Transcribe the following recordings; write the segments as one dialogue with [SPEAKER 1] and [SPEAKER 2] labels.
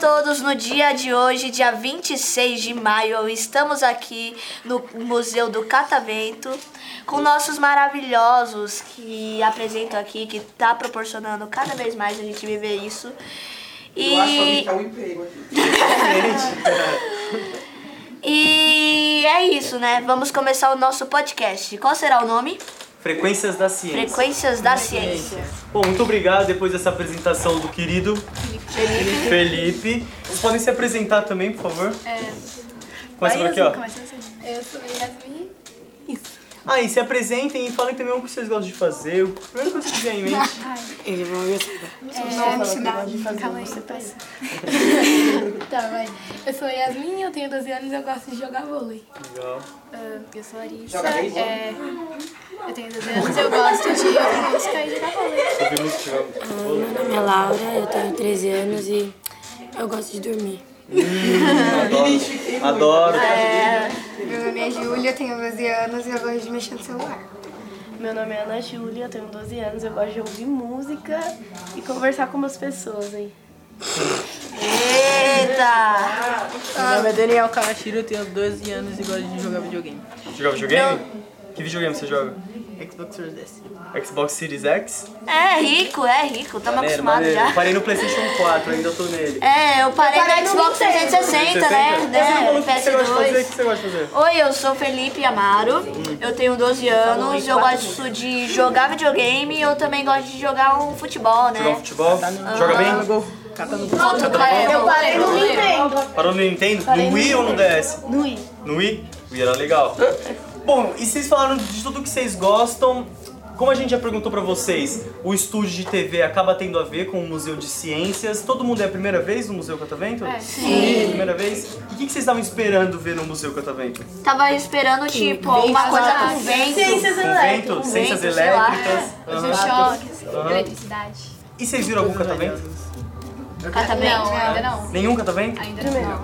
[SPEAKER 1] todos no dia de hoje, dia 26 de maio, estamos aqui no Museu do Catavento com nossos maravilhosos que apresentam aqui, que tá proporcionando cada vez mais a gente viver isso.
[SPEAKER 2] Eu acho que
[SPEAKER 1] E,
[SPEAKER 2] tá um emprego aqui.
[SPEAKER 1] e é isso, né? Vamos começar o nosso podcast. Qual será o nome?
[SPEAKER 3] Frequências da Ciência.
[SPEAKER 1] Frequências da Ciência.
[SPEAKER 3] Bom, muito obrigado depois dessa apresentação do querido Felipe. Vocês podem se apresentar também, por favor? É.
[SPEAKER 4] é tá
[SPEAKER 3] Começa por aqui, ó.
[SPEAKER 4] Eu sou Yasmin.
[SPEAKER 3] Ah, e se apresentem e falem também o que vocês gostam de fazer, o primeiro que é vocês tiverem em mente.
[SPEAKER 4] É, me ensinar. Calma aí, passa. Tá, vai. Eu sou Yasmin, eu tenho 12 anos e eu gosto de jogar vôlei.
[SPEAKER 3] Legal.
[SPEAKER 4] Ah, Eu sou Arissa.
[SPEAKER 2] Joga bem,
[SPEAKER 4] É, eu tenho 12 anos e eu gosto de ouvir música e jogar vôlei.
[SPEAKER 3] Ouvir muito jogo.
[SPEAKER 5] Meu nome é Laura, eu tenho 13 anos e eu gosto de dormir.
[SPEAKER 2] identifiquei muito.
[SPEAKER 3] Adoro.
[SPEAKER 6] Meu nome é Júlia, eu tenho 12 anos e eu gosto de mexer no celular.
[SPEAKER 7] Meu nome é Ana Júlia, eu tenho 12 anos, eu gosto de ouvir música e conversar com as pessoas, hein?
[SPEAKER 1] Eita!
[SPEAKER 8] Meu nome é Daniel Kawashiro, eu tenho 12 anos e gosto de jogar videogame.
[SPEAKER 3] Jogar videogame? Que videogame você joga?
[SPEAKER 8] Xbox Series S.
[SPEAKER 3] Xbox Series X?
[SPEAKER 1] É rico, é rico, estamos
[SPEAKER 3] Maneiro,
[SPEAKER 1] acostumados
[SPEAKER 3] maneiro.
[SPEAKER 1] já.
[SPEAKER 3] Eu Parei no PlayStation 4, ainda tô nele.
[SPEAKER 1] É, eu parei, no Xbox 360, né?
[SPEAKER 3] Você
[SPEAKER 1] né?
[SPEAKER 3] não falou o que você gosta de fazer, o
[SPEAKER 1] PS2.
[SPEAKER 3] que você gosta de fazer?
[SPEAKER 1] Oi, eu sou Felipe Amaro, eu tenho 12 anos, eu gosto de jogar videogame e eu também gosto de jogar um futebol, né?
[SPEAKER 3] Jogar um futebol? Joga bem?
[SPEAKER 8] Joga gol. Cata no
[SPEAKER 1] Outro cara, eu parei no
[SPEAKER 3] Parou no Nintendo? no Wii ou no DS? No Wii. No Wii? Wii era legal. Bom, e vocês falaram de tudo que vocês gostam. Como a gente já perguntou pra vocês, o estúdio de TV acaba tendo a ver com o Museu de Ciências. Todo mundo é a primeira vez no Museu Catavento?
[SPEAKER 4] É.
[SPEAKER 3] Sim. Primeira vez? E o que que vocês estavam esperando ver no Museu Catavento?
[SPEAKER 1] Tava esperando, tipo, uma coisa com vento.
[SPEAKER 3] Com vento? Ciências
[SPEAKER 1] vento, sei lá.
[SPEAKER 3] elétricas?
[SPEAKER 4] Os
[SPEAKER 3] Aham.
[SPEAKER 4] choques, assim, eletricidade.
[SPEAKER 3] E vocês viram algum catavento?
[SPEAKER 1] Catavento.
[SPEAKER 4] Não,
[SPEAKER 7] é.
[SPEAKER 4] ainda não.
[SPEAKER 3] Nenhum catavento?
[SPEAKER 4] Ainda não.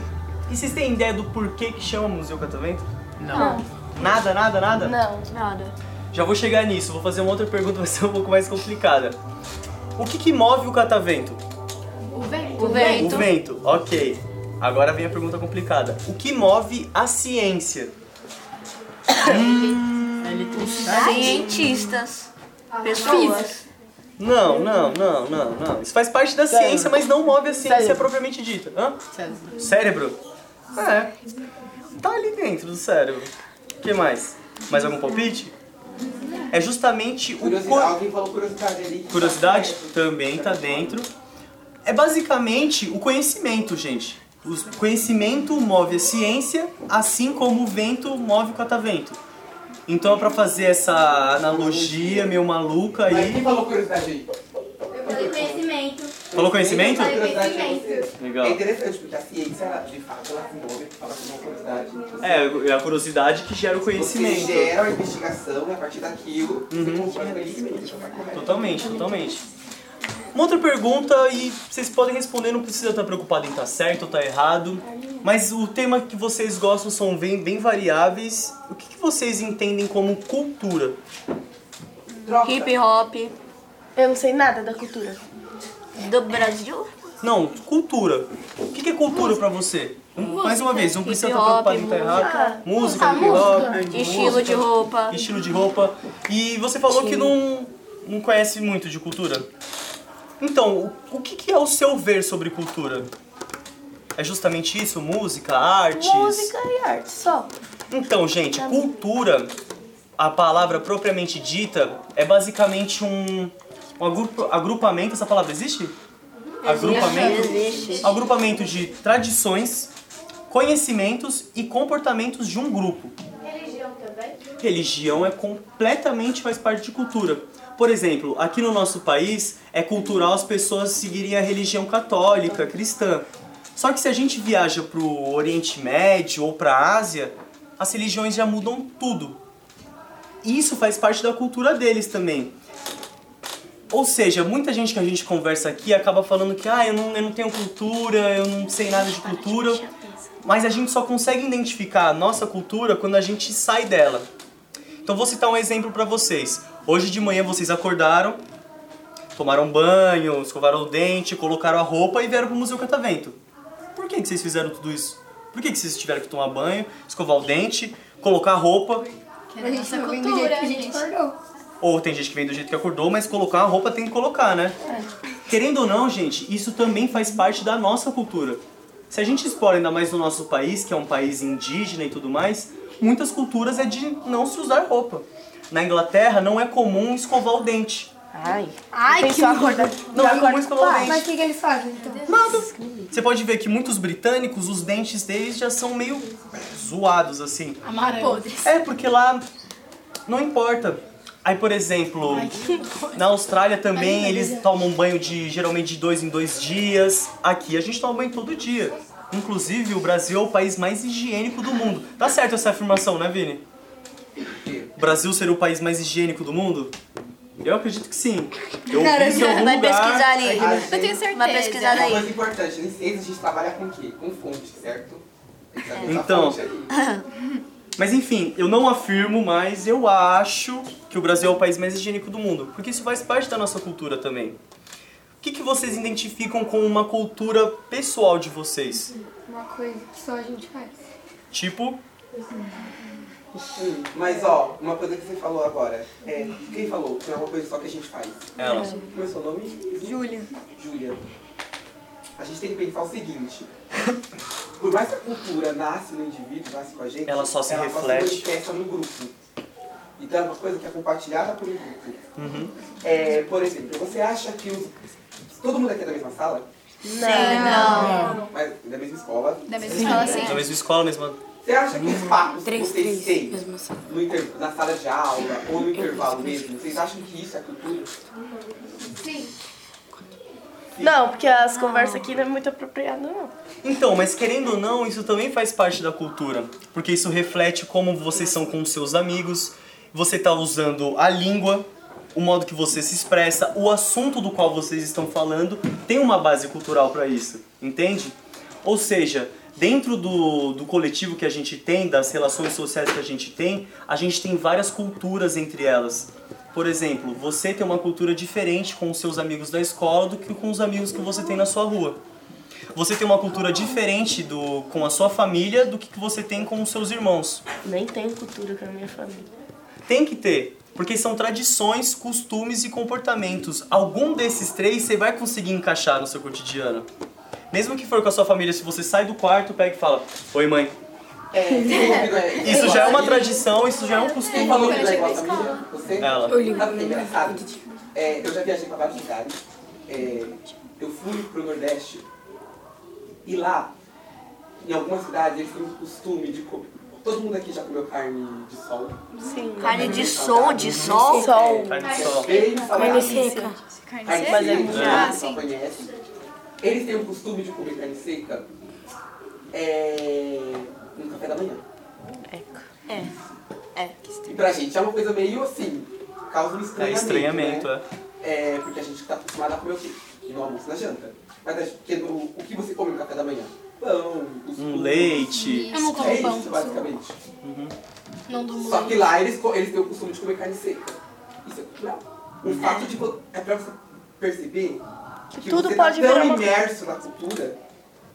[SPEAKER 3] E vocês têm ideia do porquê que chama Museu Catavento? Não. Nada, nada, nada?
[SPEAKER 7] Não.
[SPEAKER 1] Nada.
[SPEAKER 3] Já vou chegar nisso, vou fazer uma outra pergunta, vai ser um pouco mais complicada. O que, que move o catavento?
[SPEAKER 4] O vento.
[SPEAKER 1] O vento.
[SPEAKER 3] O vento, ok. Agora vem a pergunta complicada. O que move a ciência?
[SPEAKER 7] Tá?
[SPEAKER 1] Cientistas.
[SPEAKER 3] Ah,
[SPEAKER 1] Pessoas.
[SPEAKER 3] Não, não, não, não, não. Isso faz parte da
[SPEAKER 8] Cérebro.
[SPEAKER 3] ciência, mas não move a ciência
[SPEAKER 8] Cérebro.
[SPEAKER 3] propriamente dita. Hã?
[SPEAKER 8] César.
[SPEAKER 3] Cérebro? É. Tá ali dentro do cérebro. O que mais? Mais algum palpite? É justamente o
[SPEAKER 2] Curiosidade,
[SPEAKER 3] corpo.
[SPEAKER 2] alguém falou curiosidade ali.
[SPEAKER 3] Curiosidade também tá dentro. É basicamente o conhecimento, gente. O conhecimento move a ciência, assim como o vento move o catavento. Então é pra fazer essa analogia meio maluca
[SPEAKER 2] Mas
[SPEAKER 3] aí.
[SPEAKER 2] quem falou curiosidade aí?
[SPEAKER 3] Falou conhecimento?
[SPEAKER 2] Curiosidade é-
[SPEAKER 3] Legal.
[SPEAKER 2] É interessante, porque a ciência, ela, de fato, ela se move, ela se move curiosidade.
[SPEAKER 3] É, é a curiosidade que gera o
[SPEAKER 2] Você
[SPEAKER 3] conhecimento. Uhum.
[SPEAKER 2] gera uma investigação e a partir daquilo você constrói conhecimento. Isso tá correto.
[SPEAKER 3] Totalmente, totalmente. Uma outra pergunta e vocês podem responder, não precisa estar preocupado em estar certo ou estar errado. Mas o tema que vocês gostam são bem, bem variáveis. O que, que vocês entendem como cultura?
[SPEAKER 2] Troca.
[SPEAKER 1] Hip hop.
[SPEAKER 7] Eu não sei nada da cultura.
[SPEAKER 1] Do Brasil?
[SPEAKER 3] Não, cultura. O que, que é cultura pra você? Um- mais uma vez, não precisa estar
[SPEAKER 1] hip hop,
[SPEAKER 3] preocupado em estar errado. Música, hip hop,
[SPEAKER 1] Estilo de roupa.
[SPEAKER 3] estilo de roupa. E você falou que não, não conhece muito de cultura. Então, o, o que, que é o seu ver sobre cultura? É justamente isso? Música, artes?
[SPEAKER 7] Música e arte, só.
[SPEAKER 3] Então, gente, cultura, a palavra propriamente dita, é basicamente um, um agrupa- agrupamento. Essa palavra existe? Agrupamento. Agrupamento de tradições, conhecimentos e comportamentos de um grupo. Religião é completamente faz parte de cultura. Por exemplo, aqui no nosso país é cultural as pessoas seguirem a religião católica, cristã. Só que se a gente viaja para o Oriente Médio ou para a Ásia, as religiões já mudam tudo. E Isso faz parte da cultura deles também. Ou seja, muita gente que a gente conversa aqui acaba falando que ah, eu não, eu não tenho cultura, eu não sei nada de cultura. Mas a gente só consegue identificar a nossa cultura quando a gente sai dela. Então vou citar um exemplo pra vocês. Hoje de manhã vocês acordaram, tomaram banho, escovaram o dente, colocaram a roupa e vieram pro Museu Catavento. Por que, que vocês fizeram tudo isso? Por que, que vocês tiveram que tomar banho, escovar o dente, colocar a roupa?
[SPEAKER 6] A
[SPEAKER 4] tá
[SPEAKER 6] gente não vem do jeito que a gente acordou.
[SPEAKER 3] Ou tem gente que vem do jeito que acordou, mas colocar a roupa tem que colocar, né? Querendo ou não, gente, isso também faz parte da nossa cultura. Se a gente explora ainda mais no nosso país, que é um país indígena e tudo mais, muitas culturas é de não se usar roupa. Na Inglaterra não é comum escovar o dente.
[SPEAKER 6] Ai, que
[SPEAKER 3] Não é comum escovar o
[SPEAKER 6] Mas
[SPEAKER 3] dente.
[SPEAKER 6] o que, que eles fazem então?
[SPEAKER 3] Nada. Você pode ver que muitos britânicos, os dentes deles já são meio zoados, assim.
[SPEAKER 4] Podre.
[SPEAKER 3] É, porque lá não importa. Aí, por exemplo, na Austrália também eles tomam banho de geralmente de dois em dois dias. Aqui a gente toma banho todo dia. Inclusive, o Brasil é o país mais higiênico do mundo. Tá certo essa afirmação, né, Vini? O Brasil ser o país mais higiênico do mundo? Eu acredito que sim. Eu ouvi isso em algum
[SPEAKER 1] Vai
[SPEAKER 3] lugar.
[SPEAKER 1] pesquisar ali.
[SPEAKER 2] A
[SPEAKER 4] Eu tenho
[SPEAKER 2] gente-
[SPEAKER 4] certeza.
[SPEAKER 1] Vai pesquisar
[SPEAKER 2] Uma
[SPEAKER 1] aí.
[SPEAKER 2] coisa importante, nesse ex a gente trabalha com o quê? Com fonte, certo? Tem que saber usar
[SPEAKER 3] Então.
[SPEAKER 2] fonte ali.
[SPEAKER 3] Mas enfim, eu não afirmo, mas eu acho que o Brasil é o país mais higiênico do mundo, porque isso faz parte da nossa cultura também. O que, que vocês identificam como uma cultura pessoal de vocês?
[SPEAKER 6] Uma coisa que só a gente faz.
[SPEAKER 3] Tipo,
[SPEAKER 2] Hum, Mas ó, uma coisa que você falou agora. É, quem falou que é uma coisa só que a gente faz?
[SPEAKER 3] ela.
[SPEAKER 2] Como é o seu nome?
[SPEAKER 6] Júlia.
[SPEAKER 2] Júlia, a gente tem que pensar o seguinte. Por mais que a cultura nasce no indivíduo, nasce com a gente,
[SPEAKER 3] Ela só se
[SPEAKER 2] Ela
[SPEAKER 3] reflete.
[SPEAKER 2] só se manifesta no grupo. Então é uma coisa que é compartilhada por um grupo.
[SPEAKER 3] Uhum.
[SPEAKER 2] É, por exemplo, você acha que os... todo mundo aqui é da mesma sala,
[SPEAKER 1] Sim, não.
[SPEAKER 2] mas da mesma escola.
[SPEAKER 4] Da mesma escola, assim.
[SPEAKER 3] Na mesma escola, mesma.
[SPEAKER 2] Você acha que os papos que
[SPEAKER 5] Três, três,
[SPEAKER 2] vocês têm
[SPEAKER 5] mesma sala.
[SPEAKER 2] no inter- na sala de aula ou no intervalo mesmo, vocês acham que isso é cultura?
[SPEAKER 7] Não, porque as conversas aqui não é muito apropriada, não.
[SPEAKER 3] Então, mas querendo ou não, isso também faz parte da cultura, porque isso reflete como vocês são com os seus amigos, você tá usando a língua, o modo que você se expressa, o assunto do qual vocês estão falando, tem uma base cultural para isso, entende? Ou seja, dentro do, do coletivo que a gente tem, das relações sociais que a gente tem, a gente tem várias culturas entre elas. Por exemplo, você tem uma cultura diferente com os seus amigos da escola do que com os amigos que você tem na sua rua você tem uma cultura diferente do com a sua família do que que você tem com os seus irmãos.
[SPEAKER 7] Nem tenho cultura com a minha família.
[SPEAKER 3] Tem que ter, porque são tradições, costumes e comportamentos. Algum desses três você vai conseguir encaixar no seu cotidiano. Mesmo que for com a sua família, se você sai do quarto, pega e fala: "Oi, mãe".
[SPEAKER 2] É,
[SPEAKER 3] Isso já é uma tradição, isso já é um costume.
[SPEAKER 2] Quem falou que negócio da família? Você?
[SPEAKER 3] Ela.
[SPEAKER 5] Eu ligo.
[SPEAKER 2] Sabe o que é engraçado? É, eu já viajei pra vários lugares. É, eu fui pro Nordeste e lá, em algumas cidades, eles têm o costume de comer. Todo mundo aqui já comeu carne de sol.
[SPEAKER 7] Sim.
[SPEAKER 1] Carne de sol, de sol.
[SPEAKER 7] Sol.
[SPEAKER 3] Carne de sol.
[SPEAKER 2] É Bem
[SPEAKER 5] Carne
[SPEAKER 2] salgado.
[SPEAKER 5] seca.
[SPEAKER 2] Carne
[SPEAKER 7] Mas é
[SPEAKER 2] seca,
[SPEAKER 7] muito
[SPEAKER 2] que
[SPEAKER 4] Ah,
[SPEAKER 7] raro.
[SPEAKER 2] você só conhece. Eles têm o costume de comer carne seca é, no café da manhã.
[SPEAKER 1] É. É.
[SPEAKER 2] E pra gente é uma coisa meio assim, causa um
[SPEAKER 3] É
[SPEAKER 2] estranhamento.
[SPEAKER 3] estranhamento,
[SPEAKER 2] né?
[SPEAKER 3] é.
[SPEAKER 2] É, porque a gente tá acostumado a comer o quê? No almoço, na janta. Mas a gente- porque no- o que você come no café da manhã? Pão,
[SPEAKER 3] Um
[SPEAKER 2] cuscuz.
[SPEAKER 3] leite. Uhum.
[SPEAKER 4] Eu não
[SPEAKER 2] É
[SPEAKER 4] como
[SPEAKER 2] isso,
[SPEAKER 4] pão.
[SPEAKER 2] basicamente.
[SPEAKER 4] Não do
[SPEAKER 2] Só
[SPEAKER 4] mundo.
[SPEAKER 2] que lá eles, co- eles têm o costume de comer carne seca. Isso é cultural. O
[SPEAKER 3] Uhum.
[SPEAKER 2] fato de vo- é pra você perceber que,
[SPEAKER 7] tudo
[SPEAKER 2] você
[SPEAKER 7] pode
[SPEAKER 2] tá
[SPEAKER 7] virar
[SPEAKER 2] tão
[SPEAKER 7] uma-
[SPEAKER 2] imerso na cultura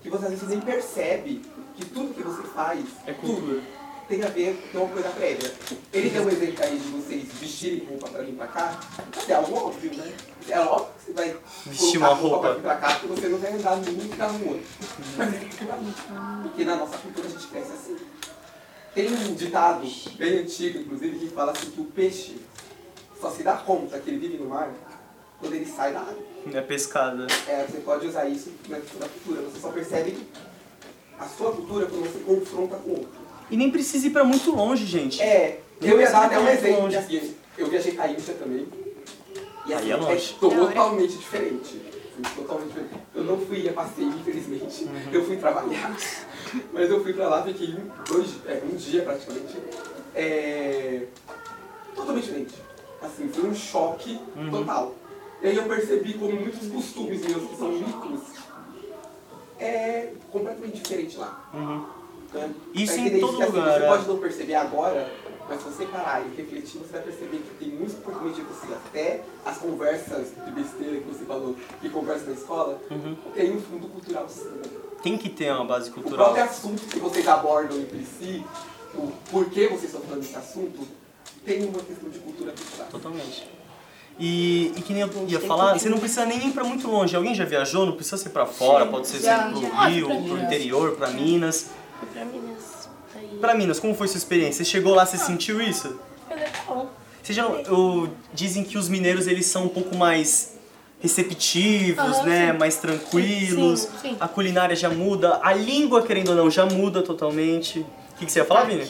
[SPEAKER 2] que você às vezes nem percebe que tudo que você faz,
[SPEAKER 3] É cultura.
[SPEAKER 2] tudo, tem a ver com uma coisa prévia. Ele deu um exemplo aí de vocês vestirem roupa pra vir pra cá. Isso é algo óbvio, né? É óbvio que você vai
[SPEAKER 3] Vestir
[SPEAKER 2] colocar
[SPEAKER 3] uma roupa.
[SPEAKER 2] pra vir pra cá porque você não vai andar nunca na rua. Mas é cultural. Porque na nossa cultura a gente cresce assim. Tem um ditado bem antigo, inclusive, que fala assim que o peixe só se dá conta que ele vive no mar quando ele sai da água.
[SPEAKER 3] É pescada.
[SPEAKER 2] É, você pode usar isso na na cultura. Você só percebe a sua cultura quando você confronta com outra.
[SPEAKER 3] E nem precisa ir pra muito longe, gente.
[SPEAKER 2] É, eu ia dar até um
[SPEAKER 3] Muito
[SPEAKER 2] exemplo.
[SPEAKER 3] longe.
[SPEAKER 2] Assim, eu viajei pra Índia também. E assim,
[SPEAKER 3] Aí é longe.
[SPEAKER 2] totalmente diferente. assim, Totalmente diferente. Eu não fui a passeio, infelizmente.
[SPEAKER 3] Uhum.
[SPEAKER 2] Eu fui trabalhar. Mas eu fui pra lá, fiquei um, dois, é, um dia praticamente. É, totalmente diferente. Assim, foi um choque
[SPEAKER 3] Uhum.
[SPEAKER 2] total. E aí eu percebi como muitos costumes meus que são ricos é completamente diferente lá. Né?
[SPEAKER 3] Uhum. Isso
[SPEAKER 2] É
[SPEAKER 3] em
[SPEAKER 2] que nem-
[SPEAKER 3] todo
[SPEAKER 2] assim,
[SPEAKER 3] lugar,
[SPEAKER 2] Você
[SPEAKER 3] é.
[SPEAKER 2] pode não perceber agora, mas se você parar e refletir, você vai perceber que tem muitos porquês de você. Até as conversas de besteira que você falou, que conversa na escola,
[SPEAKER 3] Uhum.
[SPEAKER 2] tem um fundo cultural sim.
[SPEAKER 3] Tem que ter uma base
[SPEAKER 2] O
[SPEAKER 3] cultural.
[SPEAKER 2] próprio assunto que vocês abordam entre si, o porquê vocês estão falando esse assunto, tem uma questão de cultura popular.
[SPEAKER 3] Totalmente. E, e que nem eu ia falar, você não precisa nem ir pra muito longe. Alguém já viajou? Não precisa ser pra fora, pode ser
[SPEAKER 8] já.
[SPEAKER 3] sempre pro Rio, pro interior, pra Minas.
[SPEAKER 7] Fui pra Minas. Aí,
[SPEAKER 3] Pra Minas, como foi sua experiência? Você chegou lá, você sentiu isso?
[SPEAKER 7] foi legal.
[SPEAKER 3] Você já, eu, dizem que os mineiros eles são um pouco mais receptivos, né? Mais tranquilos.
[SPEAKER 4] Sim, sim.
[SPEAKER 3] A culinária já muda, a língua, querendo ou não, já muda totalmente. O que, que você ia falar, Vini?
[SPEAKER 4] É,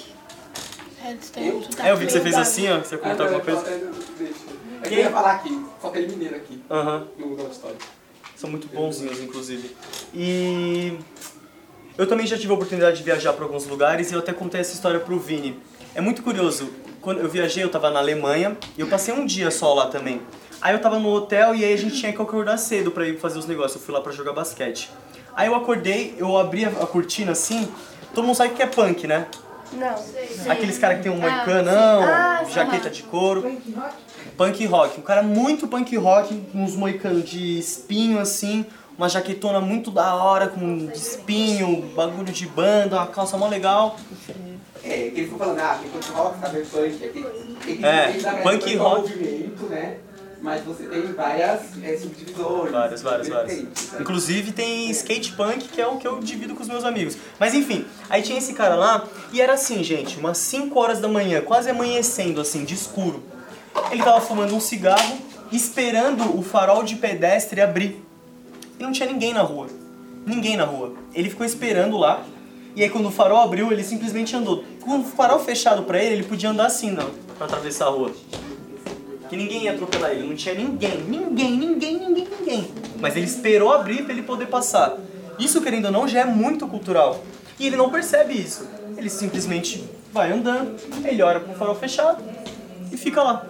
[SPEAKER 4] tu tem- tu tá
[SPEAKER 3] É, eu vi que você
[SPEAKER 4] meio
[SPEAKER 3] fez
[SPEAKER 4] dado.
[SPEAKER 3] assim, ó. Você ia
[SPEAKER 2] Ah,
[SPEAKER 3] comentar
[SPEAKER 2] não,
[SPEAKER 3] alguma
[SPEAKER 2] eu ia
[SPEAKER 3] coisa?
[SPEAKER 2] falar- é, não, deixa. É que
[SPEAKER 3] Quem?
[SPEAKER 2] eu ia falar aqui, só tem mineiro aqui,
[SPEAKER 3] Aham.
[SPEAKER 2] no auditório.
[SPEAKER 3] São muito bonzinhos, inclusive. E eu também já tive a oportunidade de viajar para alguns lugares e eu até contei essa história pro Vini. É muito curioso. Quando eu viajei, eu tava na Alemanha e eu passei um dia só lá também. Aí eu tava no hotel e aí a gente tinha que acordar cedo para ir fazer os negócios. Eu fui lá para jogar basquete. Aí eu acordei, eu abri a a cortina assim. Todo mundo sabe que é punk, né?
[SPEAKER 7] Não.
[SPEAKER 3] Aqueles caras que tem um moicanão, jaqueta de couro. Punk rock. Um cara muito punk rock, com uns moicanos de espinho assim, uma jaquetona muito da hora, com um espinho, bagulho de banda, uma calça mó legal.
[SPEAKER 2] É, que eles ficam falando, ah, tem punk rock, saber punk, é que- que que
[SPEAKER 3] É,
[SPEAKER 2] tem da-
[SPEAKER 3] punk
[SPEAKER 2] punk é um
[SPEAKER 3] rock.
[SPEAKER 2] movimento, né? Mas você tem várias é, subdivisões.
[SPEAKER 3] Várias, várias, várias.
[SPEAKER 2] vertentes, né?
[SPEAKER 3] Inclusive tem skate punk, que é o que eu divido com os meus amigos. Mas enfim, aí tinha esse cara lá, e era assim, gente, umas 5 horas da manhã, quase amanhecendo, assim, de escuro. Ele tava fumando um cigarro, esperando o farol de pedestre abrir. E não tinha ninguém na rua. Ninguém na rua. Ele ficou esperando lá. E aí quando o farol abriu, ele simplesmente andou. Com o farol fechado pra ele, ele podia andar assim, não, pra atravessar a rua. Que ninguém ia atropelar ele, não tinha ninguém, ninguém, ninguém, ninguém, ninguém. Mas ele esperou abrir pra ele poder passar. Isso, querendo ou não, já é muito cultural. E ele não percebe isso. Ele simplesmente vai andando, ele olha pro farol fechado e fica lá.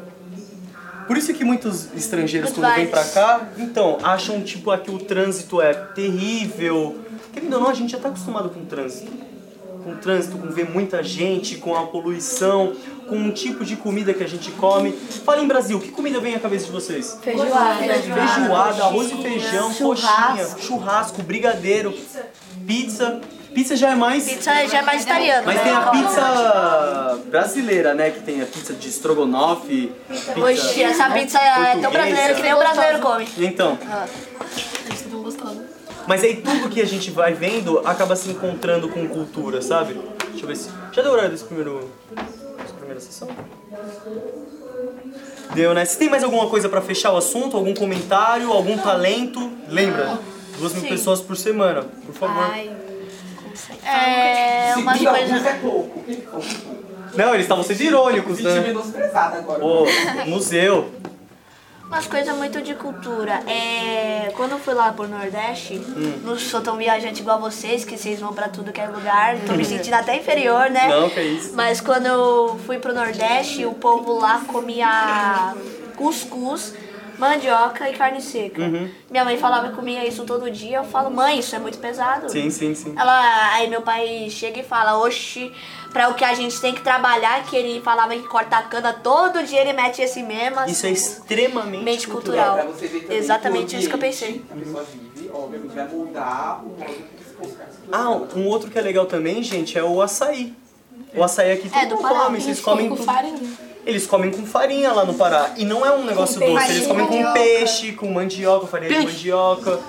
[SPEAKER 3] Por isso que muitos estrangeiros,
[SPEAKER 1] Muito
[SPEAKER 3] quando vêm pra
[SPEAKER 1] vários.
[SPEAKER 3] cá, então, acham tipo aqui o trânsito é terrível. Querendo ou não, a gente já tá acostumado com o trânsito. Com o trânsito, com ver muita gente, com a poluição, com um tipo de comida que a gente come. Fala em Brasil, que comida vem à cabeça de vocês?
[SPEAKER 5] Feijoada.
[SPEAKER 3] Feijoada, arroz e feijão, coxinha, churrasco, brigadeiro, pizza. Pizza já é mais.
[SPEAKER 1] Pizza já é mais italiano.
[SPEAKER 3] Mas
[SPEAKER 1] né?
[SPEAKER 3] tem a pizza brasileira, né? Que tem a pizza de estrogonofe. Pizza...
[SPEAKER 1] Oxi, essa pizza é tão
[SPEAKER 3] portuguesa.
[SPEAKER 1] brasileira que nem o brasileiro come.
[SPEAKER 3] Então,
[SPEAKER 4] Deve ser tão gostosa.
[SPEAKER 3] mas aí tudo que a gente vai vendo acaba se encontrando com cultura, sabe? Deixa eu ver se. Já deu horário desse primeiro. dessa primeira sessão? Deu, né? Se tem mais alguma coisa pra fechar o assunto, algum comentário, algum talento, lembra? Duas mil pessoas por semana, por favor.
[SPEAKER 1] É uma
[SPEAKER 2] Se tem alguns
[SPEAKER 1] coisa.
[SPEAKER 2] é pouco. Quem que falou?
[SPEAKER 3] Não, eles estavam sendo irônicos,
[SPEAKER 2] Me senti
[SPEAKER 3] né?
[SPEAKER 2] menosprezado agora.
[SPEAKER 3] Pô, museu.
[SPEAKER 1] Umas coisas muito de cultura. É, quando eu fui lá pro Nordeste,
[SPEAKER 3] Hum.
[SPEAKER 1] não sou tão viajante igual vocês, que vocês vão pra tudo que é lugar. Tô me sentindo até inferior, né?
[SPEAKER 3] Hum. Não, que isso.
[SPEAKER 1] Mas quando eu fui pro Nordeste, o povo lá comia cuscuz, mandioca e carne seca.
[SPEAKER 3] Uhum.
[SPEAKER 1] Minha mãe falava que comia isso todo dia. Eu falo, mãe, isso é muito pesado.
[SPEAKER 3] Sim, sim, sim.
[SPEAKER 1] Ela, aí meu pai chega e fala, oxi, pra o que a gente tem que trabalhar, que ele falava que corta a cana todo dia, ele mete esse mesmo. assim.
[SPEAKER 3] Isso é extremamente
[SPEAKER 1] Mente
[SPEAKER 3] cultural.
[SPEAKER 1] cultural.
[SPEAKER 2] Pra você ver também
[SPEAKER 1] Exatamente
[SPEAKER 2] o
[SPEAKER 1] isso que eu
[SPEAKER 2] ambiente
[SPEAKER 1] pensei.
[SPEAKER 2] que A pessoa vive, obviamente, vai moldar o modo que se colocar.
[SPEAKER 3] Ah, um outro que é legal também, gente, é o açaí. O açaí aqui todo
[SPEAKER 1] É, do
[SPEAKER 3] mundo
[SPEAKER 1] Pará.
[SPEAKER 3] come, vocês comem
[SPEAKER 4] com
[SPEAKER 3] com-
[SPEAKER 4] farinha.
[SPEAKER 3] Eles comem com farinha lá no Pará. E não é um negócio
[SPEAKER 4] peixe.
[SPEAKER 3] doce. Eles comem com
[SPEAKER 6] Mandioca.
[SPEAKER 3] peixe, com mandioca, farinha de mandioca.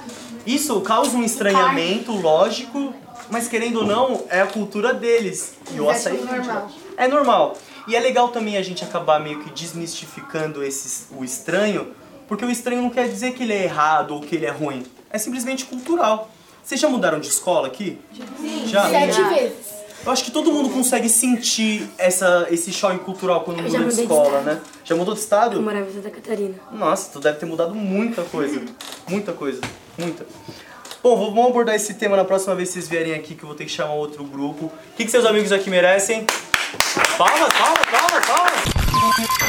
[SPEAKER 3] Isso causa um estranhamento, lógico, mas querendo ou não, é a cultura deles. E o
[SPEAKER 6] É
[SPEAKER 3] açaí
[SPEAKER 6] tudo
[SPEAKER 3] é
[SPEAKER 6] normal.
[SPEAKER 3] É normal. E é legal também a gente acabar meio que desmistificando esses, o estranho, porque o estranho não quer dizer que ele é errado ou que ele é ruim. É simplesmente cultural. Vocês já mudaram de escola aqui? Sim. Já?
[SPEAKER 4] Sete vezes.
[SPEAKER 3] Eu acho que todo mundo consegue sentir essa, esse choque cultural quando muda
[SPEAKER 5] já
[SPEAKER 3] de
[SPEAKER 5] mudei de
[SPEAKER 3] escola,
[SPEAKER 5] estado.
[SPEAKER 3] né? Já mudou de
[SPEAKER 5] Eu
[SPEAKER 3] estado?
[SPEAKER 5] morava em Santa Catarina.
[SPEAKER 3] Nossa, tu deve ter mudado muita coisa. Muita coisa. Muita. Bom, vou- vamos abordar esse tema na próxima vez que vocês vierem aqui, que eu vou ter que chamar outro grupo. O que, que seus amigos aqui merecem? Palmas, palmas, palmas, palmas!